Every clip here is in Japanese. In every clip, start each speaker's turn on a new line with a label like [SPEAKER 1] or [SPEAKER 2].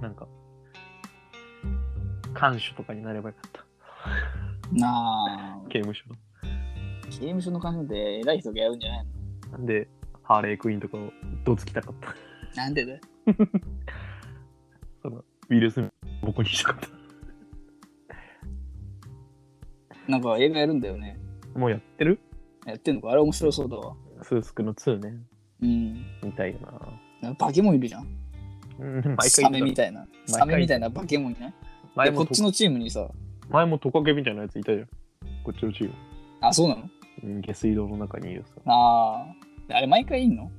[SPEAKER 1] なんか、看守とかになればよかった。
[SPEAKER 2] なあ、
[SPEAKER 1] 刑務所
[SPEAKER 2] 刑務所の感じで偉い人がやるんじゃないの
[SPEAKER 1] のなんで、ハーレークイーンとかをどつきたかった。
[SPEAKER 2] なんでだよ
[SPEAKER 1] ウィル・スミスを僕にしたかっ
[SPEAKER 2] なんか映画やるんだよね。
[SPEAKER 1] た。もうやってる
[SPEAKER 2] やってんのかあれ面白そうだわ。
[SPEAKER 1] スースクの2ね。
[SPEAKER 2] うん。
[SPEAKER 1] みたいよな。
[SPEAKER 2] なんか化け物いるじゃん。
[SPEAKER 1] うん、
[SPEAKER 2] サメみたいな。
[SPEAKER 1] 毎回
[SPEAKER 2] サメみたいな化け物いない
[SPEAKER 1] 前
[SPEAKER 2] で、
[SPEAKER 1] も
[SPEAKER 2] こっち
[SPEAKER 1] と
[SPEAKER 2] のチームにさ、
[SPEAKER 1] 前もトカゲみたいなやついたじゃん。こっちのチーム。
[SPEAKER 2] あ、そうなの
[SPEAKER 1] うん下水道の中にいるさ。
[SPEAKER 2] ああ。あれ、毎回いんの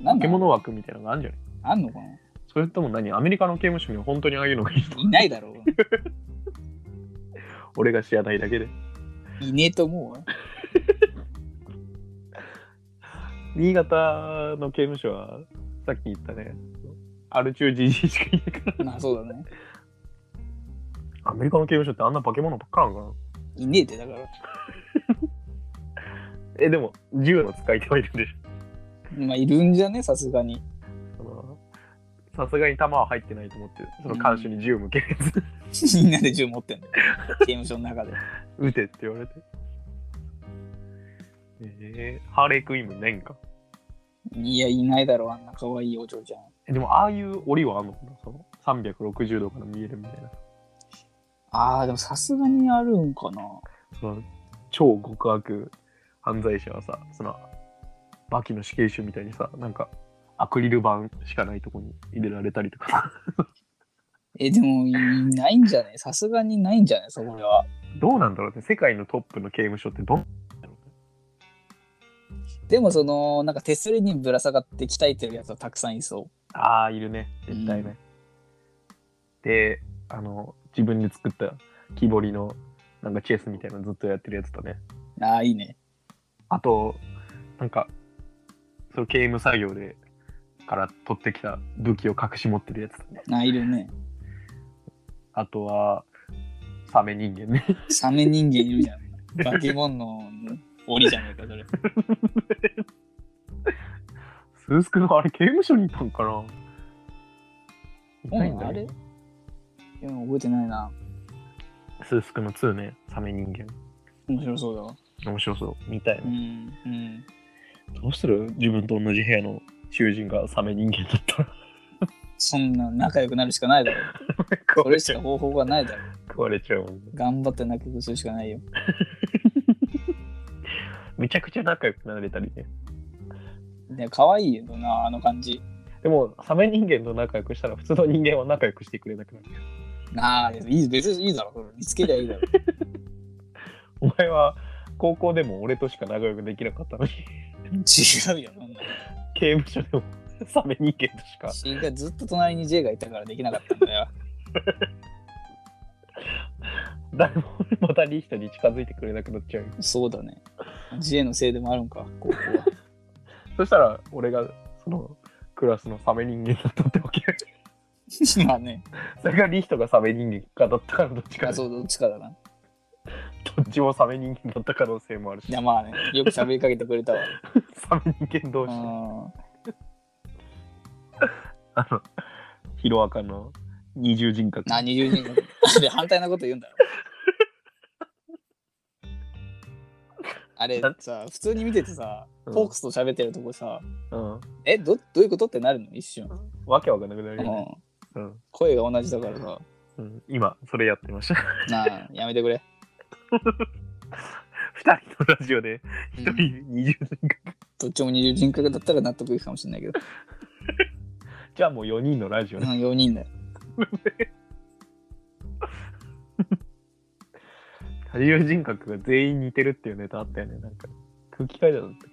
[SPEAKER 2] なん
[SPEAKER 1] 化け
[SPEAKER 2] だ
[SPEAKER 1] 物枠みたいなのがあるんじゃない
[SPEAKER 2] あんのかな
[SPEAKER 1] それとも何アメリカの刑務所には本当にああいうのがいるの
[SPEAKER 2] いないだろう。
[SPEAKER 1] 俺が知らないだけで。
[SPEAKER 2] いねえと思うわ。
[SPEAKER 1] 新潟の刑務所は、さっき言ったね、アルチュー GG しかいないから。
[SPEAKER 2] まあ、そうだね。
[SPEAKER 1] アメリカの刑務所ってあんな化け物ばっかなのかない
[SPEAKER 2] ねえって、だから。
[SPEAKER 1] え、でも、銃の使い手はいるでし
[SPEAKER 2] まあ、いるんじゃねさすがに。
[SPEAKER 1] ょその。さすがに弾は入ってないと思って、その看守に銃向けるやつ、
[SPEAKER 2] みんなで銃持ってんの。刑務所の中で。
[SPEAKER 1] 撃てって言われて。えー、ハーレークイーンもいないんか。
[SPEAKER 2] いや、いないだろう、あんな可愛いお嬢ちゃん。
[SPEAKER 1] えでも、ああいう檻はあんのかなその ?360 度から見えるみたいな。
[SPEAKER 2] ああ、でもさすがにあるんかな。
[SPEAKER 1] その超極悪犯罪者はさ、その、バキの死刑囚みたいにさ、なんか、アクリル板しかないとこに入れられたりとかさ。
[SPEAKER 2] え、でも、いないんじゃないさすがにないんじゃないそこは。
[SPEAKER 1] どうなんだろうね世界のトップの刑務所ってどん
[SPEAKER 2] でも、その、なんか手すりにぶら下がって鍛えてるやつはたくさんいそ
[SPEAKER 1] ああ、いるね。絶対ね。で、あの、自分で作った木彫りの、なんかチェスみたいなのずっとやってるやつとね。
[SPEAKER 2] う。ああ、いいね。
[SPEAKER 1] あと、なんか、その刑務作業で、から取ってきた武器を隠し持ってるやつとね。
[SPEAKER 2] ああ、いるね。
[SPEAKER 1] あとは、サメ人間ね。
[SPEAKER 2] サメ人間いるじゃん。化け物の檻じゃないか、それ。
[SPEAKER 1] スースクのあれ、刑務所にいたんかないないんだ
[SPEAKER 2] あ
[SPEAKER 1] よ
[SPEAKER 2] れ
[SPEAKER 1] ね
[SPEAKER 2] いや、覚えてないな。
[SPEAKER 1] スースクの2ね、サメ人間。
[SPEAKER 2] 面白そうだわ。
[SPEAKER 1] 面白そう。みたいな
[SPEAKER 2] う。ん、うん。
[SPEAKER 1] どうする自分と同じ部屋の囚人がサメ人間だったら。
[SPEAKER 2] そんな仲良くなるしかないだろ う。それしか方法がないだろう。
[SPEAKER 1] 食われちゃうもんね。
[SPEAKER 2] 頑張って仲良くするしかないよ。
[SPEAKER 1] めちゃくちゃ仲良くなれたりね。
[SPEAKER 2] で、可愛いよな、あの感じ。
[SPEAKER 1] でも、サメ人間と仲良くしたら、普通の人間は仲良くしてくれなくなる。
[SPEAKER 2] ああ、いい、別にいいだろ、それ見つけりゃいいだろ。
[SPEAKER 1] お前は高校でも俺としか仲良くできなかったのに、
[SPEAKER 2] 違うよ、そんな
[SPEAKER 1] 刑務所でもサメ人間としか。
[SPEAKER 2] 私がずっと隣に J がいたからできなかったんだ よ。
[SPEAKER 1] 誰もまたリヒトに近づいてくれなくなっちゃう。
[SPEAKER 2] そうだね。J のせいでもあるんか、高校は。
[SPEAKER 1] そしたら、俺がそのクラスのサメ人間だったってわけ。
[SPEAKER 2] まあね、
[SPEAKER 1] それがリヒトがサメ人間かだったからどっちか
[SPEAKER 2] あ
[SPEAKER 1] で、
[SPEAKER 2] そうどっちかだな。
[SPEAKER 1] どっちもサメ人間だった可能性もあるし
[SPEAKER 2] い、やまあね、よく喋りかけてくれたわ。
[SPEAKER 1] サメ人間同士で。
[SPEAKER 2] う
[SPEAKER 1] あの、ヒロアカの二重人格
[SPEAKER 2] ん。。な、二重人格。で、反対なこと言 うんだろ。あれさ、普通に見ててさ、
[SPEAKER 1] うん
[SPEAKER 2] フォークスと喋ってるとこさ、
[SPEAKER 1] うん。
[SPEAKER 2] え、どどういうことってなるの一瞬。
[SPEAKER 1] わけわかんなくなるよ
[SPEAKER 2] う
[SPEAKER 1] ね。う
[SPEAKER 2] ん
[SPEAKER 1] ん。
[SPEAKER 2] 声が同じだからさ、
[SPEAKER 1] うん、今、それやってました。
[SPEAKER 2] なあ、やめてくれ。
[SPEAKER 1] 二人のラジオで、
[SPEAKER 2] う
[SPEAKER 1] 一
[SPEAKER 2] ん
[SPEAKER 1] 人二重人格。
[SPEAKER 2] どっちも二重人格だったら納得いくかもしれないけど、
[SPEAKER 1] じゃあもう四人のラジオ
[SPEAKER 2] う
[SPEAKER 1] ね。
[SPEAKER 2] ん、4人だよ。
[SPEAKER 1] 多重人格が全員似てるっていうネタあったよね。なんか、空気階段だったっ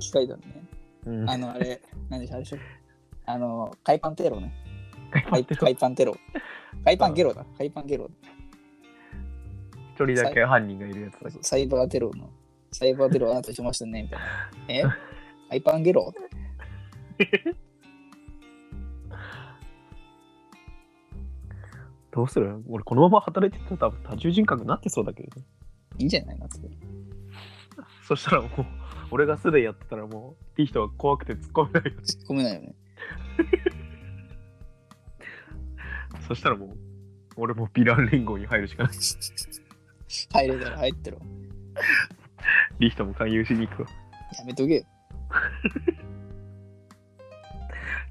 [SPEAKER 2] 機械だね。
[SPEAKER 1] け。うん。
[SPEAKER 2] あ の、あれ、何でしょう、あれでしょ。あの、海パンテロね。
[SPEAKER 1] パ
[SPEAKER 2] 海
[SPEAKER 1] ンテロ
[SPEAKER 2] 海パンテロ。海パンゲロだ。海パンゲロ。
[SPEAKER 1] 一人だけ犯人がいるやつだけ。
[SPEAKER 2] サイバーテロの。サイバーテロあなたしましたね。みたいな。え海パンゲロ
[SPEAKER 1] どうする俺、このまま働いてたら多分多重人格になってそうだけどね。
[SPEAKER 2] いいんじゃないなって。
[SPEAKER 1] そしたらもう、俺が素でやってたらもう、いい人は怖くて突っ込めないよ。
[SPEAKER 2] 突っ込めないよね。
[SPEAKER 1] そしたらもう、俺もヴィラン連合に入るしかない。
[SPEAKER 2] 入れたら入ってろ。
[SPEAKER 1] リヒトも勧誘しに行くわ。
[SPEAKER 2] やめとけよ。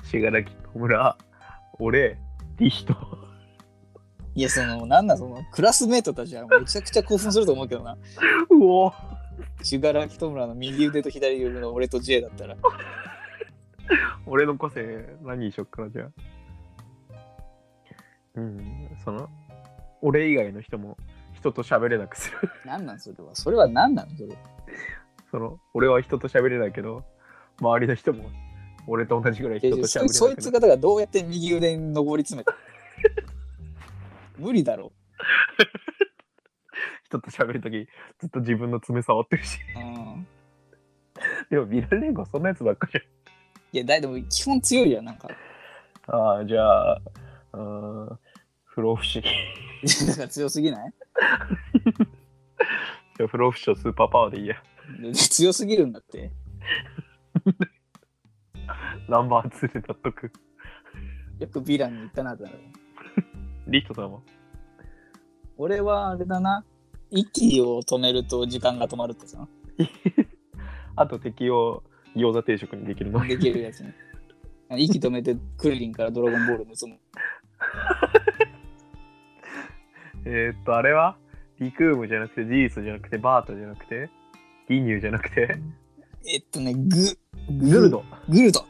[SPEAKER 1] しがらき、小村、俺、リヒト。
[SPEAKER 2] いや、その、なんだ、その、クラスメートたちはめちゃくちゃ興奮すると思うけどな。
[SPEAKER 1] うお
[SPEAKER 2] シュガラ・キトムラの右腕と左腕の俺と J だったら。
[SPEAKER 1] 俺の個性何にしよっかなじゃあうんその俺以外の人も人と喋れなくする
[SPEAKER 2] なんなんそれは。それはなんなのそれ。
[SPEAKER 1] その俺は人と喋れないけど周りの人も俺と同じぐらい人と喋れな
[SPEAKER 2] そ そい
[SPEAKER 1] く
[SPEAKER 2] つ
[SPEAKER 1] な
[SPEAKER 2] がだからどうやって右腕に上り詰 めた無理だろ
[SPEAKER 1] 人と喋るときずっと自分の爪触ってるし
[SPEAKER 2] う。うん。
[SPEAKER 1] でもヴィラン連合そんなやつばっかじ
[SPEAKER 2] いや、だいでも基本強いやん、なんか。
[SPEAKER 1] ゃんああじゃあうーん不老不死 じ
[SPEAKER 2] いやだから強すぎない
[SPEAKER 1] ゃあ不老不死をスーパーパワーでいいや
[SPEAKER 2] で強すぎるんだって。
[SPEAKER 1] ナンバー2で納得
[SPEAKER 2] よくヴィランに行ったなってなる。
[SPEAKER 1] リヒトさんは
[SPEAKER 2] 俺はあれだな。息を止めると時間が止まるってさ。
[SPEAKER 1] あと敵を餃子定食にできるの
[SPEAKER 2] できるやつね。 息止めてクリリンからドラゴンボール盗む。
[SPEAKER 1] えーっと、あれはリクームじゃなくて、ジースじゃなくて、バートじゃなくて、ギニューじゃなくて、
[SPEAKER 2] えっとね、グ、グ
[SPEAKER 1] グル。ド。
[SPEAKER 2] グルド。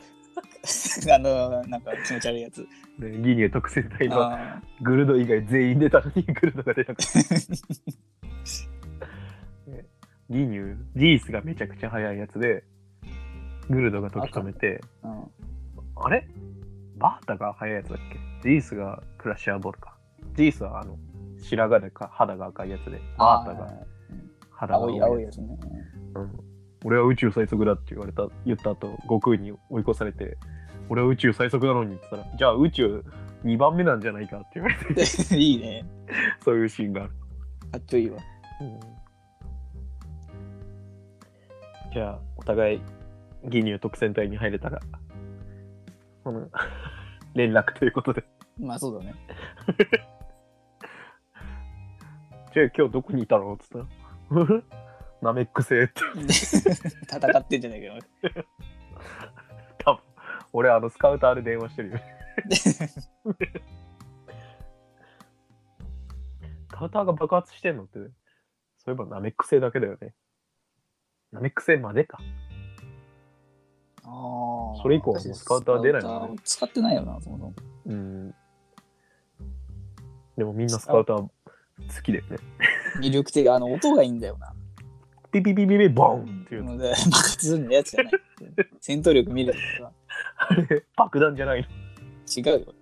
[SPEAKER 2] あの、なんか気持ち悪いやつ。
[SPEAKER 1] ね、ギニュー特選隊の
[SPEAKER 2] あ
[SPEAKER 1] グルド以外全員出たのにグルドが出なくて。
[SPEAKER 2] ー
[SPEAKER 1] ギニュー、ジースがめちゃくちゃ速いやつで、グルドが時止めて、
[SPEAKER 2] うん
[SPEAKER 1] あれバータが速いやつだっけジースがクラッシャーボールか。ジースはあの、白髪でか肌が赤いやつで、バータが肌が
[SPEAKER 2] 青い青い
[SPEAKER 1] や
[SPEAKER 2] やつね。
[SPEAKER 1] つうん俺は宇宙最速だって言われた言った後悟空に追い越されて俺は宇宙最速なのにって言ったらじゃあ宇宙2番目なんじゃないかって言 われて
[SPEAKER 2] いいね。
[SPEAKER 1] そういうシーンがある、
[SPEAKER 2] かっちょいいわ。
[SPEAKER 1] じゃあお互いギニュー特選隊に入れたらこの連絡ということで
[SPEAKER 2] まあそうだね。
[SPEAKER 1] じゃあ今日どこにいたのって言ったら ナメック星って
[SPEAKER 2] 戦ってんじゃないけど。
[SPEAKER 1] 多分俺あのスカウターで電話してるよスカウターが爆発してんのってそういえばナメック星だけだよねナメック星までか
[SPEAKER 2] あ
[SPEAKER 1] それ以降はもうスカウター出ないもんね
[SPEAKER 2] ね。使ってないよな、そもそも。
[SPEAKER 1] うんでもみんなスカウター好きだよね
[SPEAKER 2] 魅力的、あの、音がいいんだよな。
[SPEAKER 1] ピピピピピボンっていうの
[SPEAKER 2] ので、爆発するのやつじゃない。戦闘力見る
[SPEAKER 1] あれ爆弾じゃないの
[SPEAKER 2] とか違うよ。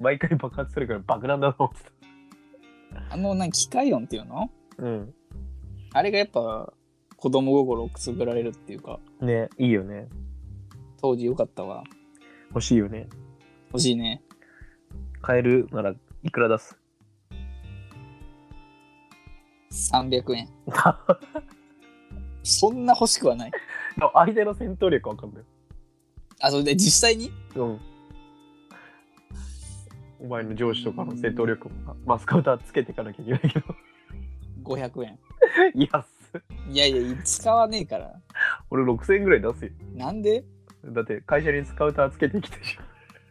[SPEAKER 1] 毎回爆発するから爆弾だと思って
[SPEAKER 2] あの、なんか機械音っていうの
[SPEAKER 1] たうん
[SPEAKER 2] あれがやっぱ、子供心をくすぐられるっていうか、
[SPEAKER 1] ねいいよね
[SPEAKER 2] 当時よかったわ。
[SPEAKER 1] 欲しいよね
[SPEAKER 2] 欲しいね。
[SPEAKER 1] 買えるならいくら出す
[SPEAKER 2] 300円。 そんな欲しくはない。
[SPEAKER 1] 相手の戦闘力わかんない
[SPEAKER 2] あ、それで実際に
[SPEAKER 1] うん。お前の上司とかの戦闘力も、マスカウターつけていかなきゃいけないけど、
[SPEAKER 2] 500円。
[SPEAKER 1] いや、す
[SPEAKER 2] いやいや、使わねえから。
[SPEAKER 1] 俺6000円ぐらい出すよ。
[SPEAKER 2] なんで
[SPEAKER 1] だって会社にスカウターつけてきてし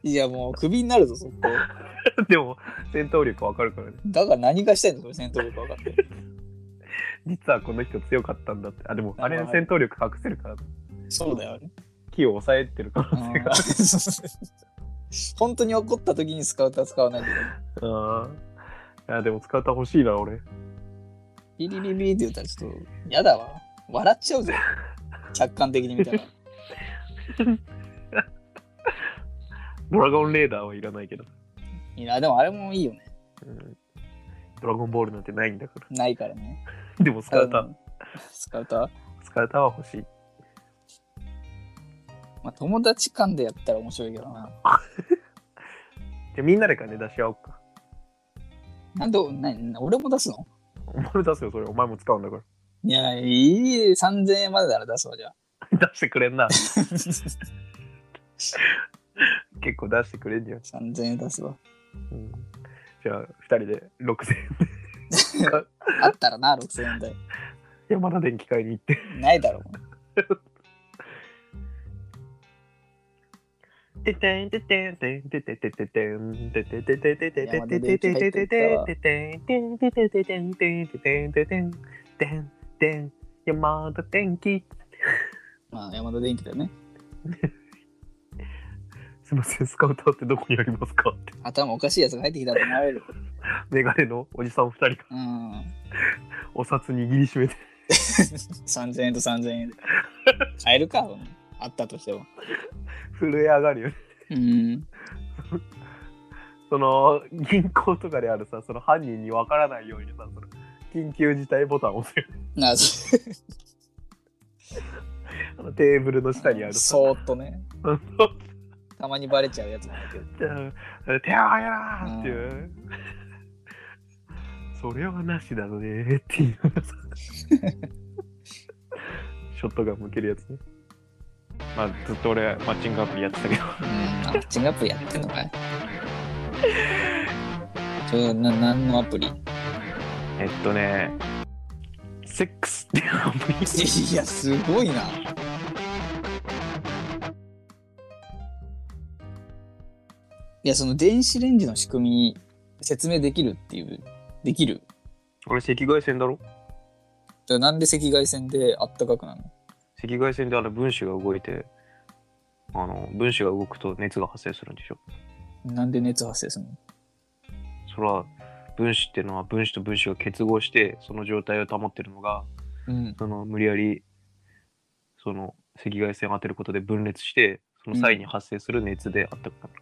[SPEAKER 2] いや、もうクビになるぞ、そこ。
[SPEAKER 1] ょ。 でも、戦闘力わかるからね。
[SPEAKER 2] だから何がしたいのそれ戦闘力分かってる。
[SPEAKER 1] 実はこの人強かったんだって。あ、でも、
[SPEAKER 2] あ
[SPEAKER 1] あれの戦闘力隠せるから、
[SPEAKER 2] そうだよね。
[SPEAKER 1] キーを抑えてる可
[SPEAKER 2] う
[SPEAKER 1] 能性 がある。
[SPEAKER 2] ん 本当に怒った時にスカウター使わないで。
[SPEAKER 1] うん。いや、でもスカウター欲しいな、俺。
[SPEAKER 2] ビリビリビリって言ったらちょっと、やだわ。笑っちゃうぜ。客観的に見たら。
[SPEAKER 1] ドラゴンレーダーはいらないけど。
[SPEAKER 2] いや、でもあれもいいよね。
[SPEAKER 1] うんドラゴンボールなんてないんだから。
[SPEAKER 2] ないからね。
[SPEAKER 1] でもスカウター、
[SPEAKER 2] うん。スカウター。
[SPEAKER 1] スカウターは欲しい。
[SPEAKER 2] まあ、友達間でやったら面白いけどな。
[SPEAKER 1] じゃあみんなで金出し合おうか。
[SPEAKER 2] なんで、な俺も出すの
[SPEAKER 1] お前出すよ、それ。お前も使うんだか
[SPEAKER 2] いや、いい、3000円までなら出すわ、じゃあ。
[SPEAKER 1] ら。 出してくれんな。結構出してくれんじゃん。
[SPEAKER 2] 3000円出すわ。
[SPEAKER 1] うんじゃあ、二人で6000円。
[SPEAKER 2] あったらな、6000円で。
[SPEAKER 1] 山田電機買いに行って。
[SPEAKER 2] ないだろう。
[SPEAKER 1] ててんててんてんてててててんてててててててててててててててててんてんててんててんてんてんてんてんてんてん山田電機
[SPEAKER 2] まあ、山田電機だよね。
[SPEAKER 1] すいませんスカウターってどこにありますかって
[SPEAKER 2] 頭おかしいやつが入ってきたって思われる。
[SPEAKER 1] メガネのおじさん二人が
[SPEAKER 2] うん。
[SPEAKER 1] お札握りしめて
[SPEAKER 2] 3000円と3000円で。買えるか、あったとしても。
[SPEAKER 1] 震え上がるよね
[SPEAKER 2] うん。
[SPEAKER 1] その銀行とかであるさその犯人にわからないようにさその緊急事態ボタンを押すよね
[SPEAKER 2] なぜ
[SPEAKER 1] あのテーブルの下にあるさ
[SPEAKER 2] そーっとね。
[SPEAKER 1] うん
[SPEAKER 2] たまにバレちゃうやつもいるけど。
[SPEAKER 1] 手を挙げなーっていう。それはなしだねっていう。ショットガン向けるやつね。まあずっと俺マッチングアプリやってたけど。
[SPEAKER 2] うん。あマッチングアプリやってんのかいそれな何のアプリい
[SPEAKER 1] えっとね、セックスっていうアプリ。
[SPEAKER 2] や、すごいな。いや、その電子レンジの仕組み説明できるっていう、できる。
[SPEAKER 1] 俺赤外線だろ
[SPEAKER 2] だからなんで赤外線であったかくなるの
[SPEAKER 1] 赤外線であの分子が動いて、あの分子が動くと熱が発生するんでしょ
[SPEAKER 2] なんで熱発生するの
[SPEAKER 1] それは分子っていうのは分子と分子が結合してその状態を保ってるのが
[SPEAKER 2] うん。
[SPEAKER 1] その無理やりその赤外線を当てることで分裂してその際に発生する熱であったかくなる、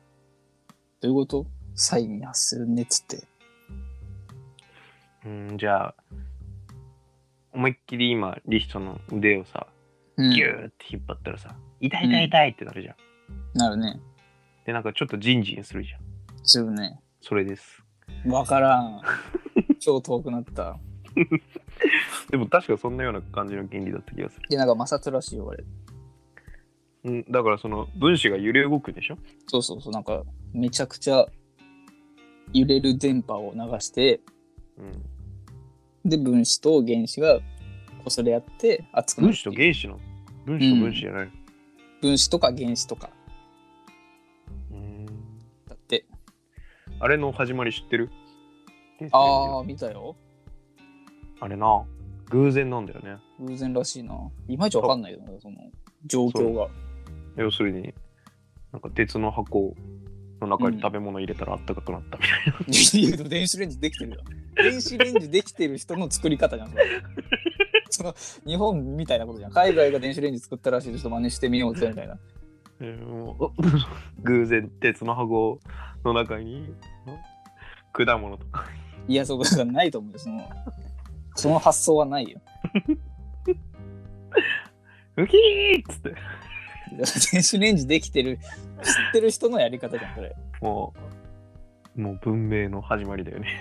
[SPEAKER 2] どういうことサインに発する熱って。
[SPEAKER 1] うん、じゃあ思いっきり今リヒトの腕をさ
[SPEAKER 2] うん
[SPEAKER 1] ギューって引っ張ったらさ痛い痛い痛いってなるじゃん、
[SPEAKER 2] なるね。
[SPEAKER 1] でなんかちょっとジンジンするじゃん
[SPEAKER 2] するね。
[SPEAKER 1] それです
[SPEAKER 2] わから ん。超遠くなった。
[SPEAKER 1] でも確かそんなような感じの原理だった気がする、
[SPEAKER 2] で、なんか摩擦らしいよ、あれ。
[SPEAKER 1] うん、だからその分子が揺れ動くでしょ
[SPEAKER 2] そうそうそう、なんか、めちゃくちゃ揺れる電波を流して、
[SPEAKER 1] うん
[SPEAKER 2] で、分子と原子が擦れ合って熱くなる
[SPEAKER 1] 分子と原子の分子と分子じゃないの
[SPEAKER 2] 分子とか原子とか。
[SPEAKER 1] うん
[SPEAKER 2] だって。
[SPEAKER 1] あれの始まり知ってる
[SPEAKER 2] ああ、見たよ。
[SPEAKER 1] あれな偶然なんだよね
[SPEAKER 2] 偶然らしいな。いまいちわかんないよね、その状況が。
[SPEAKER 1] 要するになんか鉄の箱の中に食べ物入れたらあったかくなったみたいな、
[SPEAKER 2] いやでも電子レンジできてるよ。電子レンジできてる人の作り方じゃん。それ その日本みたいなことじゃん。海外が電子レンジ作ったらしいでちょっと真似してみようぜみたいな。
[SPEAKER 1] えーも う偶然鉄の箱の中にん果物とか
[SPEAKER 2] いや、そうか、ないと思うよ。その、その発想はないよ。
[SPEAKER 1] ウキーっつって
[SPEAKER 2] 電子レンジできてる、知ってる人のやり方じゃん、それ。
[SPEAKER 1] もうもう文明の始まりだよね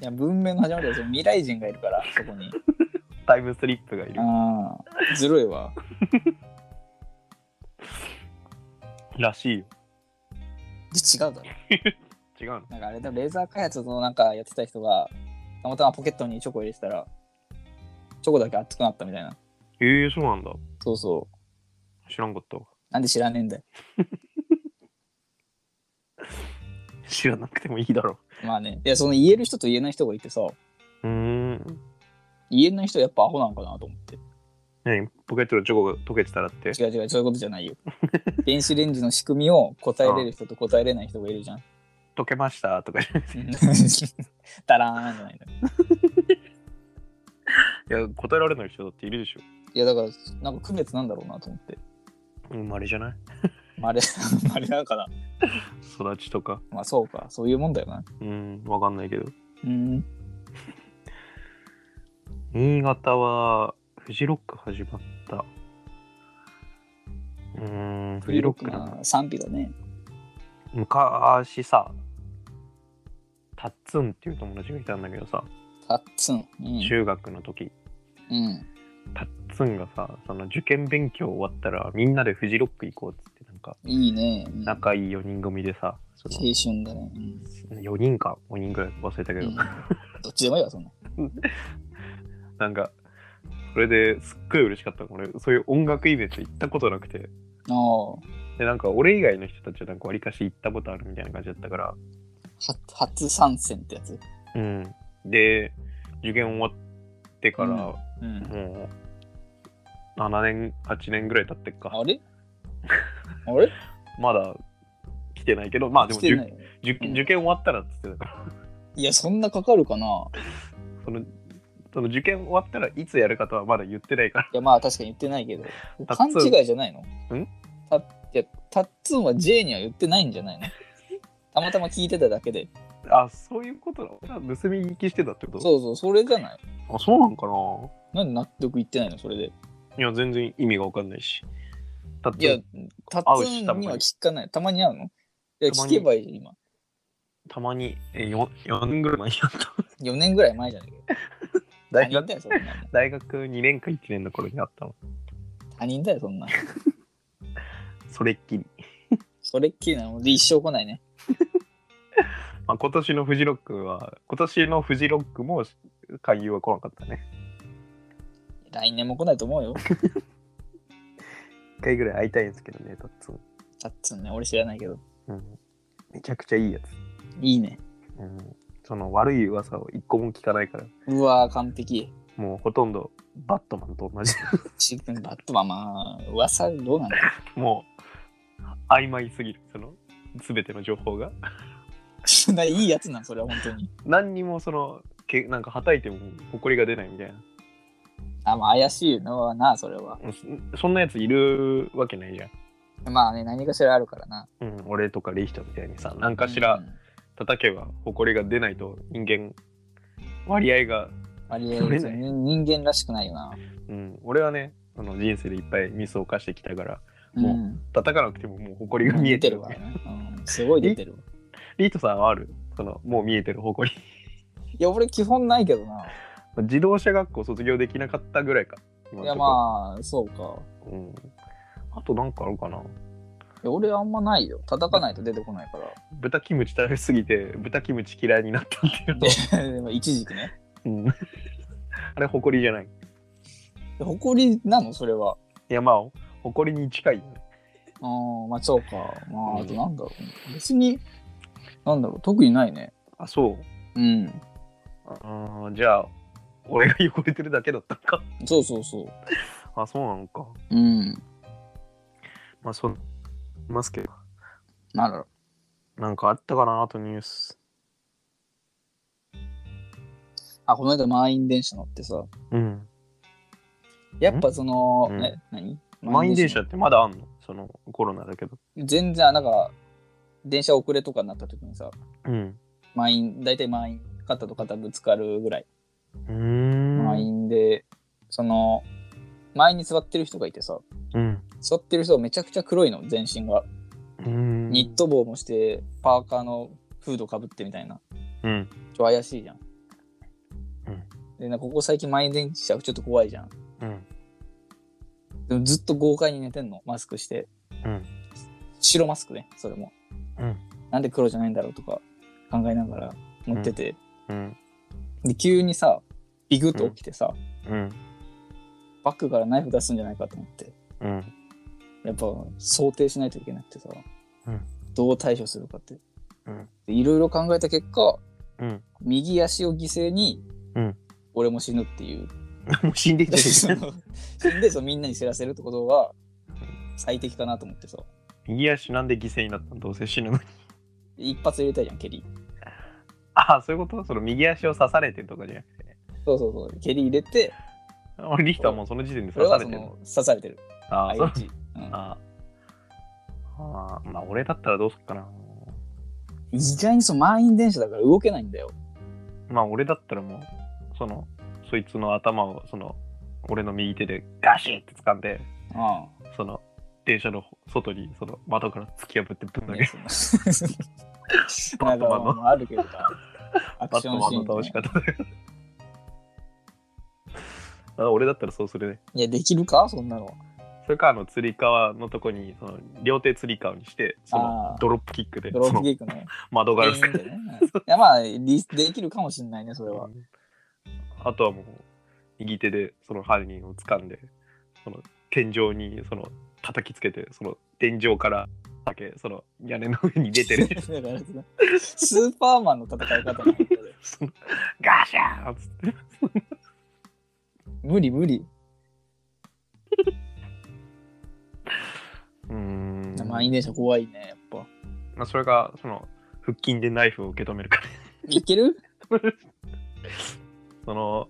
[SPEAKER 2] いや、文明の始まりだよ。その未来人がいるから、そこ に。
[SPEAKER 1] タイムスリップがいる
[SPEAKER 2] ああ、ずるいわ。
[SPEAKER 1] らしいよ
[SPEAKER 2] 違うだろ。
[SPEAKER 1] 違うの
[SPEAKER 2] なんかあれだ、レーザー開発のなんかやってた人が、たまたまポケットにチョコ入れてたら、チョコだけ熱くなったみたいな。
[SPEAKER 1] ええそうなんだ
[SPEAKER 2] そうそう。
[SPEAKER 1] 知らんかったわ
[SPEAKER 2] なんで知らねえんだよ。
[SPEAKER 1] 知らなくてもいいだろ
[SPEAKER 2] まあね。いや、その言える人と言えない人がいてさ、
[SPEAKER 1] ううーん
[SPEAKER 2] 言えない人はやっぱアホなんかなと思って。
[SPEAKER 1] 何ポケットのチョコが溶けてたらって
[SPEAKER 2] 違う違う、そういうことじゃないよ。電子レンジの仕組みを答えれる人と答えれない人がいるじゃん。
[SPEAKER 1] 溶けましたとかじゃなくて
[SPEAKER 2] たらーんじゃないんだよ。
[SPEAKER 1] いや答えられない人だっているでしょ
[SPEAKER 2] いや、だから、なんか区別なんだろうなと思って。
[SPEAKER 1] 生まれじゃない
[SPEAKER 2] まあ、あれ、 あれなんかな。
[SPEAKER 1] 育ちとか
[SPEAKER 2] まあそうか、そういうもんだよな。
[SPEAKER 1] うんわかんないけど
[SPEAKER 2] うん。
[SPEAKER 1] 新潟はフジロック始まったうーんフジロックな
[SPEAKER 2] な賛否だね。
[SPEAKER 1] 昔さタッツンっていう友達がいたんだけどさ、
[SPEAKER 2] タッツン。うん。
[SPEAKER 1] 中学の時
[SPEAKER 2] うん、
[SPEAKER 1] タッツンがさその受験勉強終わったらみんなでフジロック行こうっつってなんか
[SPEAKER 2] いいね。うん
[SPEAKER 1] 仲いい4人組でさそ
[SPEAKER 2] 青春だね。うん
[SPEAKER 1] の4人か5人ぐらい忘れたけど、
[SPEAKER 2] うんどっちでもいいわ、そんな。
[SPEAKER 1] なんかそれですっごい嬉しかった俺そういう音楽イベント行ったことなくて
[SPEAKER 2] あ
[SPEAKER 1] でなんか俺以外の人たちはなんかわりかし行ったことあるみたいな感じだったから
[SPEAKER 2] あ、は初参戦ってやつ。
[SPEAKER 1] うんで受験終わってから、
[SPEAKER 2] うん。
[SPEAKER 1] もう7年8年ぐらい経ってっか
[SPEAKER 2] あれあれ
[SPEAKER 1] まだ来てないけどまあでも
[SPEAKER 2] 来てない
[SPEAKER 1] 受
[SPEAKER 2] よね
[SPEAKER 1] 受
[SPEAKER 2] うん
[SPEAKER 1] 受験終わったらっつってたから
[SPEAKER 2] いや、そんなかかるかな。
[SPEAKER 1] そのその受験終わったらいつやるかとはまだ言ってないから
[SPEAKER 2] いや、まあ確かに言ってないけど。
[SPEAKER 1] タッ
[SPEAKER 2] 勘
[SPEAKER 1] ツン
[SPEAKER 2] 違いじゃないの
[SPEAKER 1] ん
[SPEAKER 2] たいや、タッツンは J には言ってないんじゃないのたまたま聞いてただけで。
[SPEAKER 1] あそういうことなの盗み聞きしてたってこと
[SPEAKER 2] そうそう、それじゃない。
[SPEAKER 1] あそうなんかな
[SPEAKER 2] なんで納得いってないのそれで。
[SPEAKER 1] いや全然意味が分かんないしだっ
[SPEAKER 2] いや
[SPEAKER 1] て、
[SPEAKER 2] タ
[SPEAKER 1] 会
[SPEAKER 2] ッ
[SPEAKER 1] う
[SPEAKER 2] ツン
[SPEAKER 1] し
[SPEAKER 2] に
[SPEAKER 1] た
[SPEAKER 2] は
[SPEAKER 1] まに
[SPEAKER 2] 聞かない。たまに会うのいや、
[SPEAKER 1] たま
[SPEAKER 2] 聞
[SPEAKER 1] に
[SPEAKER 2] けばいい、今。
[SPEAKER 1] たまにえ 4, 4年ぐらい前にやった
[SPEAKER 2] 4年ぐらい前じゃないか。他
[SPEAKER 1] 大
[SPEAKER 2] 人
[SPEAKER 1] 学
[SPEAKER 2] だよ、そんなの。
[SPEAKER 1] 大学2年か1年の頃にあったの
[SPEAKER 2] 他人だよ、そんなの。
[SPEAKER 1] それっきり、
[SPEAKER 2] それっきりなので一生来ないね。
[SPEAKER 1] まあ、今年のフジロックは今年のフジロックも勧誘は来なかったね
[SPEAKER 2] 来年も来ないと思うよ。
[SPEAKER 1] 一回ぐらい会いたいんですけどね、タッツン。
[SPEAKER 2] タッツンね、俺知らないけど。
[SPEAKER 1] うん。めちゃくちゃいいやつ。
[SPEAKER 2] いいね。
[SPEAKER 1] うん。その悪い噂を一個も聞かないから、
[SPEAKER 2] うわー、完璧。
[SPEAKER 1] もうほとんどバットマンと同じ。
[SPEAKER 2] 自分、バットマン、まあ、噂どうなんだろ
[SPEAKER 1] もう、曖昧すぎる、その、すべての情報が。
[SPEAKER 2] うそんないいやつなん、それは本当に。
[SPEAKER 1] 何にもその、けなんか叩いても埃が出ないみたいな。
[SPEAKER 2] あ、まあ、怪しいのはな、それは。
[SPEAKER 1] うんそそんなやついるわけないじゃん。
[SPEAKER 2] まあね、何かしらあるからな。
[SPEAKER 1] うん、俺とかレヒトみたいにさ、何かしら
[SPEAKER 2] うん
[SPEAKER 1] 叩けば埃が出ないと人間、割合が、
[SPEAKER 2] 割
[SPEAKER 1] そ
[SPEAKER 2] 合
[SPEAKER 1] れ
[SPEAKER 2] 別
[SPEAKER 1] ね
[SPEAKER 2] に人間らしくないよな。、
[SPEAKER 1] うん、俺はね、その人生でいっぱいミスを犯してきたから、もうん叩かなくてももう埃が見えてる
[SPEAKER 2] 出
[SPEAKER 1] わ
[SPEAKER 2] わ、ねうん。すごい出てるわ。
[SPEAKER 1] リートさんはあるそのもう見えてる埃
[SPEAKER 2] いや、俺基本ないけどな。
[SPEAKER 1] 自動車学校卒業できなかったぐらいか今のとこ
[SPEAKER 2] いや、まあ、そうか。
[SPEAKER 1] うん、あとなんかあるかない
[SPEAKER 2] や俺あんまないよ。叩かないと出てこないから。
[SPEAKER 1] 豚キムチ食べ過ぎて豚キムチ嫌いになったっていうの、
[SPEAKER 2] で、でも 一時期ね。
[SPEAKER 1] うん、 あれ埃じゃない
[SPEAKER 2] で誇りなのそれは。
[SPEAKER 1] いやまあ埃に近いよね
[SPEAKER 2] うん、まあそうか。ま
[SPEAKER 1] う
[SPEAKER 2] あ、
[SPEAKER 1] ん
[SPEAKER 2] あとなんだろう。別に、なんだろう。特にないね。
[SPEAKER 1] あそう
[SPEAKER 2] うん。
[SPEAKER 1] あーじゃあ俺が汚れてるだけだったのか
[SPEAKER 2] そうそうそ
[SPEAKER 1] あそうなのか
[SPEAKER 2] う。うん。
[SPEAKER 1] まあそう思いますけど
[SPEAKER 2] なんだろ
[SPEAKER 1] なんかあったかなあとニュース
[SPEAKER 2] う。あ、この間満員電車乗ってさ。
[SPEAKER 1] うん
[SPEAKER 2] やっぱその、
[SPEAKER 1] うん
[SPEAKER 2] え、何
[SPEAKER 1] 満員電車ってまだあんのそのコロナだけど
[SPEAKER 2] 全然、なんか、電車遅れとかになった時にさ、
[SPEAKER 1] うん
[SPEAKER 2] 満員、大体満員、肩と肩ぶつかるぐらい。
[SPEAKER 1] うーん
[SPEAKER 2] 満員で、その、前に座ってる人がいてさ、
[SPEAKER 1] うん
[SPEAKER 2] 座ってる人がめちゃくちゃ黒いの、全身が。
[SPEAKER 1] うん
[SPEAKER 2] ニット帽もして、パーカーのフードかぶってみたいな。
[SPEAKER 1] うん
[SPEAKER 2] ちょっと怪しいじゃん。
[SPEAKER 1] うん
[SPEAKER 2] で、なんかここ最近満員電車ちょっと怖いじゃん。
[SPEAKER 1] うん
[SPEAKER 2] でもずっと豪快に寝てんの、マスクして。
[SPEAKER 1] うん
[SPEAKER 2] 白マスクね、それも。
[SPEAKER 1] うん
[SPEAKER 2] なんで黒じゃないんだろうとか考えながら乗ってて。
[SPEAKER 1] うん
[SPEAKER 2] で、急にさ、ビグッと起きてさ、
[SPEAKER 1] うん
[SPEAKER 2] バッグからナイフ出すんじゃないかと思って。
[SPEAKER 1] うん
[SPEAKER 2] やっぱ想定しないといけなくてさ、
[SPEAKER 1] うん
[SPEAKER 2] どう対処するかって。
[SPEAKER 1] うん
[SPEAKER 2] でいろいろ考えた結果、
[SPEAKER 1] うん
[SPEAKER 2] 右足を犠牲に、
[SPEAKER 1] うん
[SPEAKER 2] 俺も死ぬっ ていう。
[SPEAKER 1] もう死んでい
[SPEAKER 2] でそ
[SPEAKER 1] てる
[SPEAKER 2] の 死んでそのみんなに知らせるってことは最適かなと思ってさ
[SPEAKER 1] 右足なんで犠牲になったのどうせ死ぬのに
[SPEAKER 2] 一発入れたいじゃん蹴り
[SPEAKER 1] ああそういうことその右足を刺されてとかじゃなくてね
[SPEAKER 2] そうそうそう蹴り入れて
[SPEAKER 1] 俺リヒトはもうその時点で
[SPEAKER 2] 俺
[SPEAKER 1] 刺さ
[SPEAKER 2] は
[SPEAKER 1] れ
[SPEAKER 2] そ
[SPEAKER 1] てるの
[SPEAKER 2] の刺されてる
[SPEAKER 1] ああそう
[SPEAKER 2] 相打ち、うん
[SPEAKER 1] あああまあ俺だったらどうすっかな
[SPEAKER 2] 意外にその満員電車だから動けないんだよ
[SPEAKER 1] まあ俺だったらもうそのそいつの頭をその俺の右手でガシッて掴んで
[SPEAKER 2] あ
[SPEAKER 1] その電車の外にその窓から突き破ってぶん
[SPEAKER 2] あ、
[SPEAKER 1] 投げ
[SPEAKER 2] ね
[SPEAKER 1] る
[SPEAKER 2] その なんか
[SPEAKER 1] バットマンの
[SPEAKER 2] まああるけどさア
[SPEAKER 1] バ
[SPEAKER 2] ク
[SPEAKER 1] ッ
[SPEAKER 2] シ
[SPEAKER 1] ト
[SPEAKER 2] ョン
[SPEAKER 1] マン
[SPEAKER 2] シーン
[SPEAKER 1] の倒
[SPEAKER 2] と
[SPEAKER 1] し
[SPEAKER 2] かね、
[SPEAKER 1] 方 だよあ俺だったらそうするね。
[SPEAKER 2] いやできるかそんなの
[SPEAKER 1] それかあのつり革のとこにその両手つり革にしてその
[SPEAKER 2] あー
[SPEAKER 1] ドロップキックで
[SPEAKER 2] ドロ
[SPEAKER 1] そ
[SPEAKER 2] ップキ
[SPEAKER 1] の
[SPEAKER 2] ックの。
[SPEAKER 1] 窓ガラス
[SPEAKER 2] 原因でね。うんいやまあ、リスできるかもしれないね、それは。
[SPEAKER 1] あとはもう右手でその犯人を掴んでその天井にその叩きつけてその天井からだけその屋根の上に出て る
[SPEAKER 2] だからスーパーマンの戦い方なんだよ
[SPEAKER 1] そのガシャーンっつって
[SPEAKER 2] 無理無理。
[SPEAKER 1] うーん
[SPEAKER 2] 満員電車怖いね、やっぱ。
[SPEAKER 1] まあ、それがその腹筋でナイフを受け止めるから
[SPEAKER 2] いける
[SPEAKER 1] その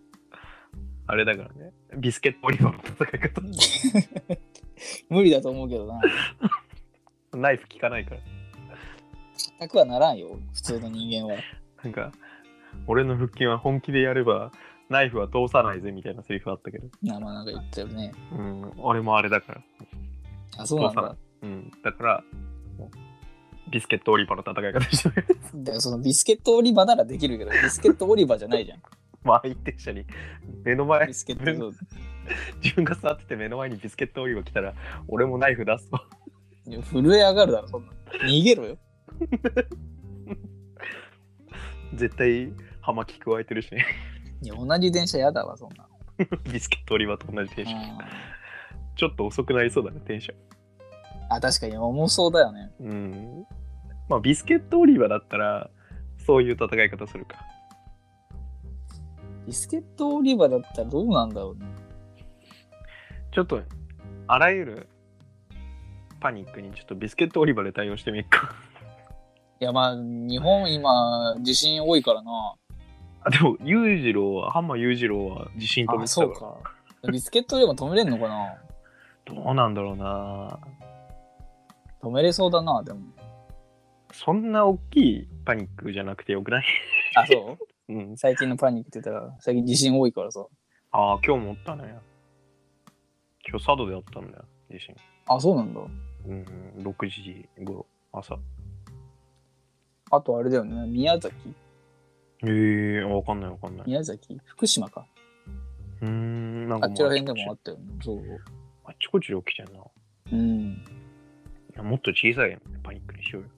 [SPEAKER 1] あれだからねビスケットオリバーの戦い方
[SPEAKER 2] 無理だと思うけどな。
[SPEAKER 1] ナイフ効かないから
[SPEAKER 2] 全くはならんよ、普通の人間は。
[SPEAKER 1] なんか俺の腹筋は本気でやればナイフは通さないぜみたいなセリフあったけど
[SPEAKER 2] 生なんか言ってるね。
[SPEAKER 1] うん俺もあれだから
[SPEAKER 2] あ、そうなん
[SPEAKER 1] そう
[SPEAKER 2] だ。
[SPEAKER 1] うんだからもうビスケットオリバーの戦い方してる
[SPEAKER 2] だからそのビスケットオリバーならできるけど、ビスケットオリバーじゃない じゃん。
[SPEAKER 1] 満員電車に目の前
[SPEAKER 2] ビスケット
[SPEAKER 1] 自分が座ってて目の前にビスケットオリバー来たら俺もナイフ出すわ
[SPEAKER 2] いや震え上がるだろ、そんなの。逃げろよ。
[SPEAKER 1] 絶対葉巻加えてるしね
[SPEAKER 2] いや、同じ電車やだわ、そんなの。
[SPEAKER 1] ビスケットオリバーと同じ電車
[SPEAKER 2] あ
[SPEAKER 1] ちょっと遅くなりそうだね電車
[SPEAKER 2] ーあ、確かに重そうだよね。
[SPEAKER 1] うんまあビスケットオリバーだったらそういう戦い方するか
[SPEAKER 2] ビスケットオリバーだったらどうなんだろうね。
[SPEAKER 1] ちょっとあらゆるパニックにちょっとビスケットオリバーで対応してみっか
[SPEAKER 2] いや、まあ、日本今、地震多いからな。
[SPEAKER 1] あでも裕次郎は浜裕次郎は地震止めてた
[SPEAKER 2] あ、
[SPEAKER 1] か
[SPEAKER 2] そ
[SPEAKER 1] ら
[SPEAKER 2] うか。ビスケットオリバー止めれんのかな
[SPEAKER 1] どうなんだろうな
[SPEAKER 2] 止めれそうだな、でも。
[SPEAKER 1] そんな大きいパニックじゃなくてよくない
[SPEAKER 2] あ、そう
[SPEAKER 1] うん
[SPEAKER 2] 最近のパニックって言ったら、最近地震多いからさ。
[SPEAKER 1] ああ今日もおったね今日佐渡であったんだよ地震
[SPEAKER 2] あ、そうなんだ。
[SPEAKER 1] うん6時頃朝
[SPEAKER 2] あとあれだよね、宮崎
[SPEAKER 1] ええわかんないわかんない
[SPEAKER 2] 宮崎福島か。
[SPEAKER 1] うーんなん
[SPEAKER 2] あ
[SPEAKER 1] か
[SPEAKER 2] っ
[SPEAKER 1] もう
[SPEAKER 2] ちら辺でもあったよね。そう。
[SPEAKER 1] あっちこっちで起きてんない
[SPEAKER 2] うん。
[SPEAKER 1] やもっと小さいパニックにしようよ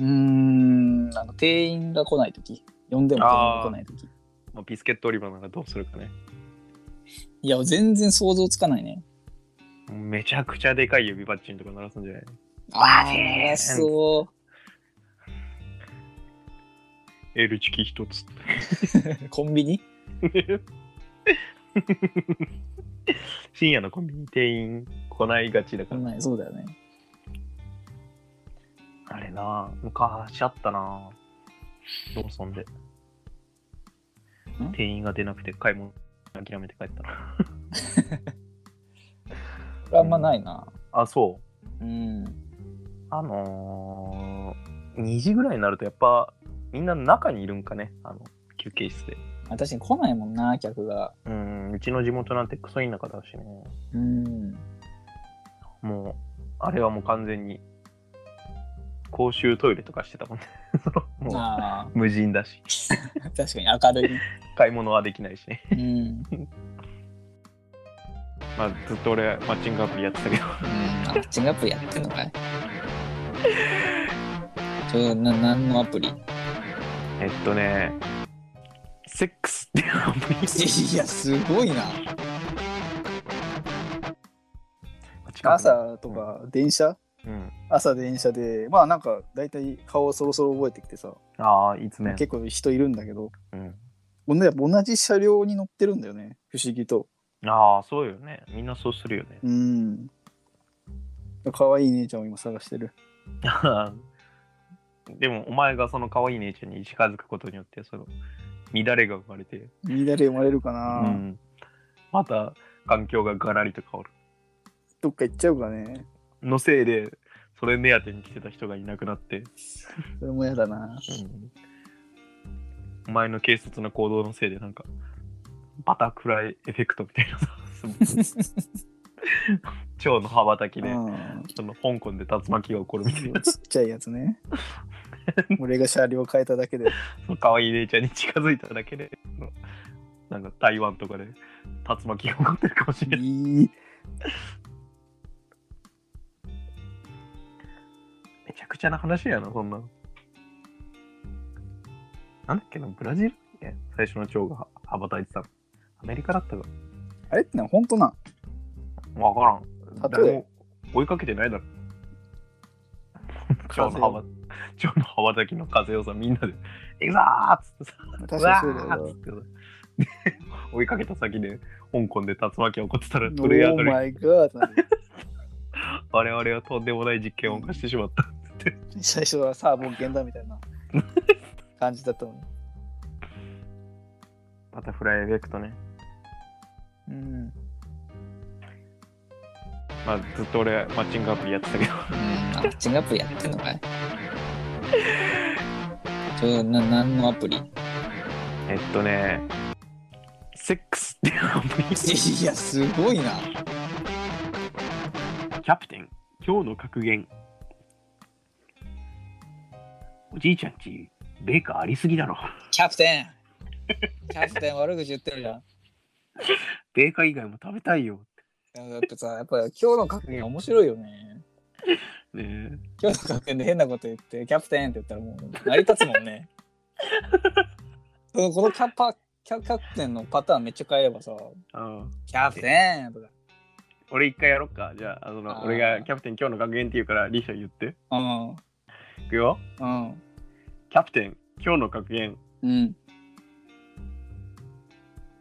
[SPEAKER 2] うーん、あの、店員が来ないとき。呼んでも店員が来ないとき。
[SPEAKER 1] まあ、ビスケットオリバーならどうするかね。
[SPEAKER 2] いや、全然想像つかないね。
[SPEAKER 1] めちゃくちゃでかい指バッチンとか鳴らすんじゃない
[SPEAKER 2] あ
[SPEAKER 1] バチーン
[SPEAKER 2] あ、そう。
[SPEAKER 1] ?L チキ一つ。
[SPEAKER 2] コンビニ
[SPEAKER 1] 深夜のコンビニ店員来ないがちだから。
[SPEAKER 2] ない、そうだよね。
[SPEAKER 1] あれなぁ、昔あったなぁ。ローソンで。店員が出なくて買い物諦めて帰ったな。
[SPEAKER 2] これあんまないな。
[SPEAKER 1] あ、そう。
[SPEAKER 2] うん。
[SPEAKER 1] あのー、2時ぐらいになるとやっぱみんな中にいるんかね、あの休憩室で。
[SPEAKER 2] 私に来ないもんな、客が。
[SPEAKER 1] うん、うちの地元なんてクソ田舎だしね。
[SPEAKER 2] うん。
[SPEAKER 1] もう、あれはもう完全に、公衆トイレとかしてたもんね。 そのも
[SPEAKER 2] あ
[SPEAKER 1] う無人だし、
[SPEAKER 2] あ、確かに明るいね。
[SPEAKER 1] 買い物はできないしね。
[SPEAKER 2] うん。うん
[SPEAKER 1] まあ、ずっと俺、マッチングアプリやってたけど。
[SPEAKER 2] あ、マッチングアプリやってんのかいそれな、何のア プリい
[SPEAKER 1] えっとね、セックスっていうアプリ。
[SPEAKER 2] や、すごいな。
[SPEAKER 1] 近くに
[SPEAKER 2] 朝とか電車
[SPEAKER 1] うん。
[SPEAKER 2] 朝電車で、まあなんか大体顔そろそろ覚えてきてさ、
[SPEAKER 1] ああ、いつね。
[SPEAKER 2] 結構人いるんだけど、
[SPEAKER 1] うん、
[SPEAKER 2] 同じ同じ車両に乗ってるんだよね、不思議と。
[SPEAKER 1] ああ、そうよね。みんなそうするよね。
[SPEAKER 2] うん。可愛い姉ちゃんを今探してる。
[SPEAKER 1] でも、お前がその可愛い姉ちゃんに近づくことによって、その、乱れが生まれて、
[SPEAKER 2] 乱れ生まれるかな、
[SPEAKER 1] うん、また環境がガラリと変わる。
[SPEAKER 2] どっか行っちゃうかね。
[SPEAKER 1] のせいでそれ目当てに来てた人がいなくなって、
[SPEAKER 2] それも嫌だな。
[SPEAKER 1] お前の軽率な行動のせいでなんかバタフライエフェクトみたいなさ 蝶の羽ばたきで、
[SPEAKER 2] うん
[SPEAKER 1] その香港で竜巻が起こるみたいな
[SPEAKER 2] ちっちゃいやつ ね。俺が車両変えただけで。
[SPEAKER 1] その可愛い姉ちゃんに近づいただけでそのなんか台湾とかで竜巻が起こってるかもしれない
[SPEAKER 2] いい
[SPEAKER 1] くちゃな話やな、そんなの。なんだっけな、ブラジルだっけ最初の蝶が羽羽ばたいてたの。アメリカだったか
[SPEAKER 2] あれってのは本当なん
[SPEAKER 1] わからん。
[SPEAKER 2] 例え
[SPEAKER 1] 誰も追いかけてないだろ。蝶の羽ば蝶の羽ばたきの風をさ、みんなで、行くぞーっつってさ、
[SPEAKER 2] 確かにそうだよ
[SPEAKER 1] う
[SPEAKER 2] な
[SPEAKER 1] わーっつってさ。で追いかけた先で香港で竜巻起こってたら
[SPEAKER 2] オ
[SPEAKER 1] トレイアド
[SPEAKER 2] ー
[SPEAKER 1] リ
[SPEAKER 2] マイガーって
[SPEAKER 1] 我々はとんでもない実験を犯してしまったって言って
[SPEAKER 2] 最初はさあ冒険だみたいな感じだったのに
[SPEAKER 1] バタフライエフェクトね
[SPEAKER 2] うん、うん、
[SPEAKER 1] まあずっと俺マッチングアプリやってたけど
[SPEAKER 2] マッチングアプリやってんのかいそれな何のアプリい
[SPEAKER 1] えっとねセックスっていうアプリ
[SPEAKER 2] やす ごいな
[SPEAKER 1] キャプテン今日の格言おじいちゃんちベーカーありすぎだろ
[SPEAKER 2] キャプテンキャプテン悪口言ってるじゃん
[SPEAKER 1] ベーカー以外も食べたいよ
[SPEAKER 2] でもやっぱさやっぱ今日の格言面白いよね
[SPEAKER 1] ねえ
[SPEAKER 2] 今日の格言で変なこと言ってキャプテンって言ったらもう成り立つもんねこのこのキャパキャキャプテンのパターンめっちゃ変えればさ
[SPEAKER 1] ああ
[SPEAKER 2] キャプテンとか
[SPEAKER 1] 俺一回やろっかじゃああの
[SPEAKER 2] あー
[SPEAKER 1] 俺がキャプテン今日の格言って言うからリーシャ言って
[SPEAKER 2] うん
[SPEAKER 1] いくよ
[SPEAKER 2] うん
[SPEAKER 1] キャプテン今日の格言
[SPEAKER 2] うん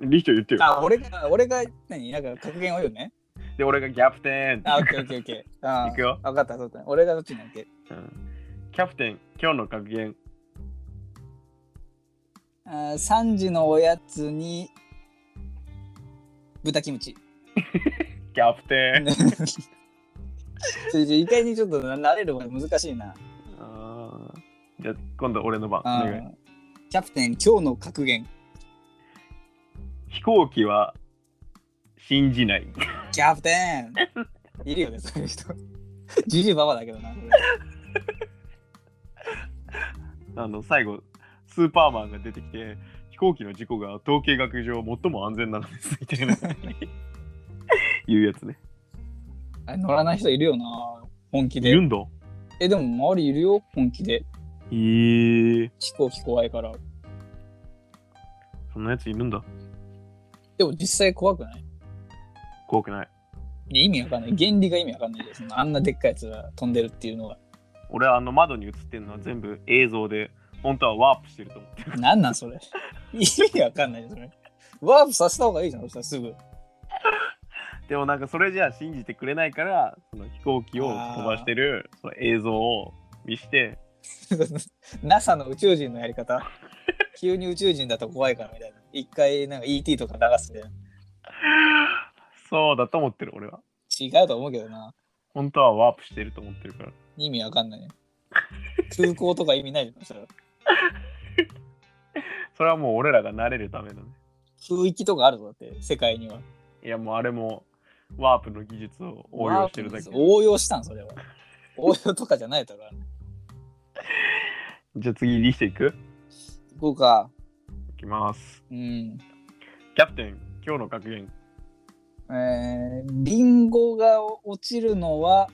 [SPEAKER 1] リーシャ言ってよ
[SPEAKER 2] あ俺が俺が何なんか格言を言うね
[SPEAKER 1] で俺がキャプテンって
[SPEAKER 2] あオッケーオッケーオッケーあ
[SPEAKER 1] いくよ
[SPEAKER 2] 分かったそうだね俺がどっちなんだっけ
[SPEAKER 1] うんキャプテン今日の格言
[SPEAKER 2] あー3時のおやつに豚キムチ
[SPEAKER 1] キャプテン
[SPEAKER 2] ね ちょちょ意外にちょっとな慣れるまで難しいな。
[SPEAKER 1] あーじゃあ今度俺の番お
[SPEAKER 2] あー
[SPEAKER 1] 願い
[SPEAKER 2] キャプテン、今日の格言。
[SPEAKER 1] 飛行機は信じない
[SPEAKER 2] キャプテンいるよね、そういう人。ジジイババアだけどな。
[SPEAKER 1] あの最後スーパーマンが出てきて飛行機の事故が統計学上最も安全なのですみた いな言うやつね
[SPEAKER 2] あれ乗らない人いるよな、本気
[SPEAKER 1] いる
[SPEAKER 2] で。
[SPEAKER 1] んだ
[SPEAKER 2] え、でも周りいるよ、本気で。
[SPEAKER 1] えー、
[SPEAKER 2] 飛行機怖いから。
[SPEAKER 1] そんなやついるんだ
[SPEAKER 2] でも実際怖くない
[SPEAKER 1] 怖くない
[SPEAKER 2] いや意味わかんない。原理が意味わかんないです。そのあんなでっかいやつが飛んでるっていうのは。
[SPEAKER 1] 俺あの窓に映ってるのは全部映像で本当はワープしてると思ってる
[SPEAKER 2] なんなんそれ。意味わかんないよそれ。ワープさせた方がいいじゃん、そしたらすぐ。
[SPEAKER 1] でもなんかそれじゃあ信じてくれないからその飛行機を飛ばしてるその映像を見して、
[SPEAKER 2] NASA の宇宙人のやり方急に宇宙人だと怖いからみたいな一回なんか ET とか流すみた
[SPEAKER 1] そうだと思ってる俺はい
[SPEAKER 2] な違うと思うけどな
[SPEAKER 1] 本当はワープしてると思ってるから
[SPEAKER 2] 意味わかんないね空港とか意味ないじゃんそれ
[SPEAKER 1] それはもう俺らが慣れるためだね
[SPEAKER 2] 空域とかあるぞだって世界にはい
[SPEAKER 1] やもうあれもワープの技術を応用してるだけ
[SPEAKER 2] 応用したんそれは応用とかじゃないだろあれ
[SPEAKER 1] じゃあ次リしていく
[SPEAKER 2] 行こうか
[SPEAKER 1] いきます
[SPEAKER 2] うん
[SPEAKER 1] キャプテン今日の格言
[SPEAKER 2] えー、リンゴが落ちるのは、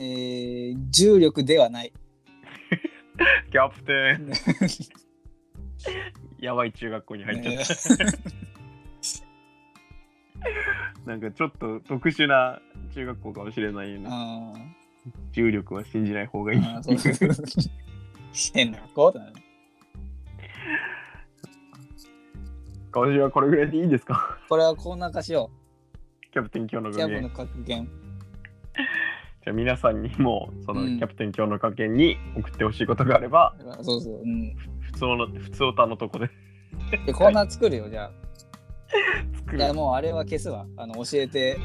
[SPEAKER 2] えー重力ではない
[SPEAKER 1] キャプテ ンやばい中学校に入っちゃった、なんかちょっと特殊な中学校かもしれないよね
[SPEAKER 2] あー
[SPEAKER 1] 重力は信じない方がいい
[SPEAKER 2] あーそうそうそう 変な子だね。
[SPEAKER 1] 今週はこれぐらいでいいですか
[SPEAKER 2] これはコーナー化しよ
[SPEAKER 1] キャプテン今日の
[SPEAKER 2] う。キャ
[SPEAKER 1] 格
[SPEAKER 2] ブ
[SPEAKER 1] 言
[SPEAKER 2] の格言。
[SPEAKER 1] じゃあ皆さんにもその
[SPEAKER 2] うん
[SPEAKER 1] キャプテン今日の格言に送ってほしいことがあれば、
[SPEAKER 2] そうそう。うん。
[SPEAKER 1] 普通の普通歌のとこで
[SPEAKER 2] で、コーナー作るよ、じゃ
[SPEAKER 1] 作
[SPEAKER 2] あ。
[SPEAKER 1] る
[SPEAKER 2] いや、もうあれは消すわ。あの、教えて、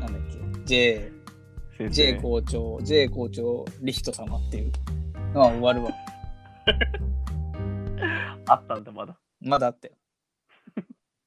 [SPEAKER 2] なんだっけ、J、
[SPEAKER 1] 先
[SPEAKER 2] J
[SPEAKER 1] 生
[SPEAKER 2] 校長、J 校長、リヒト様っていうのは終わるわ。
[SPEAKER 1] あったんだまだ
[SPEAKER 2] まだあって。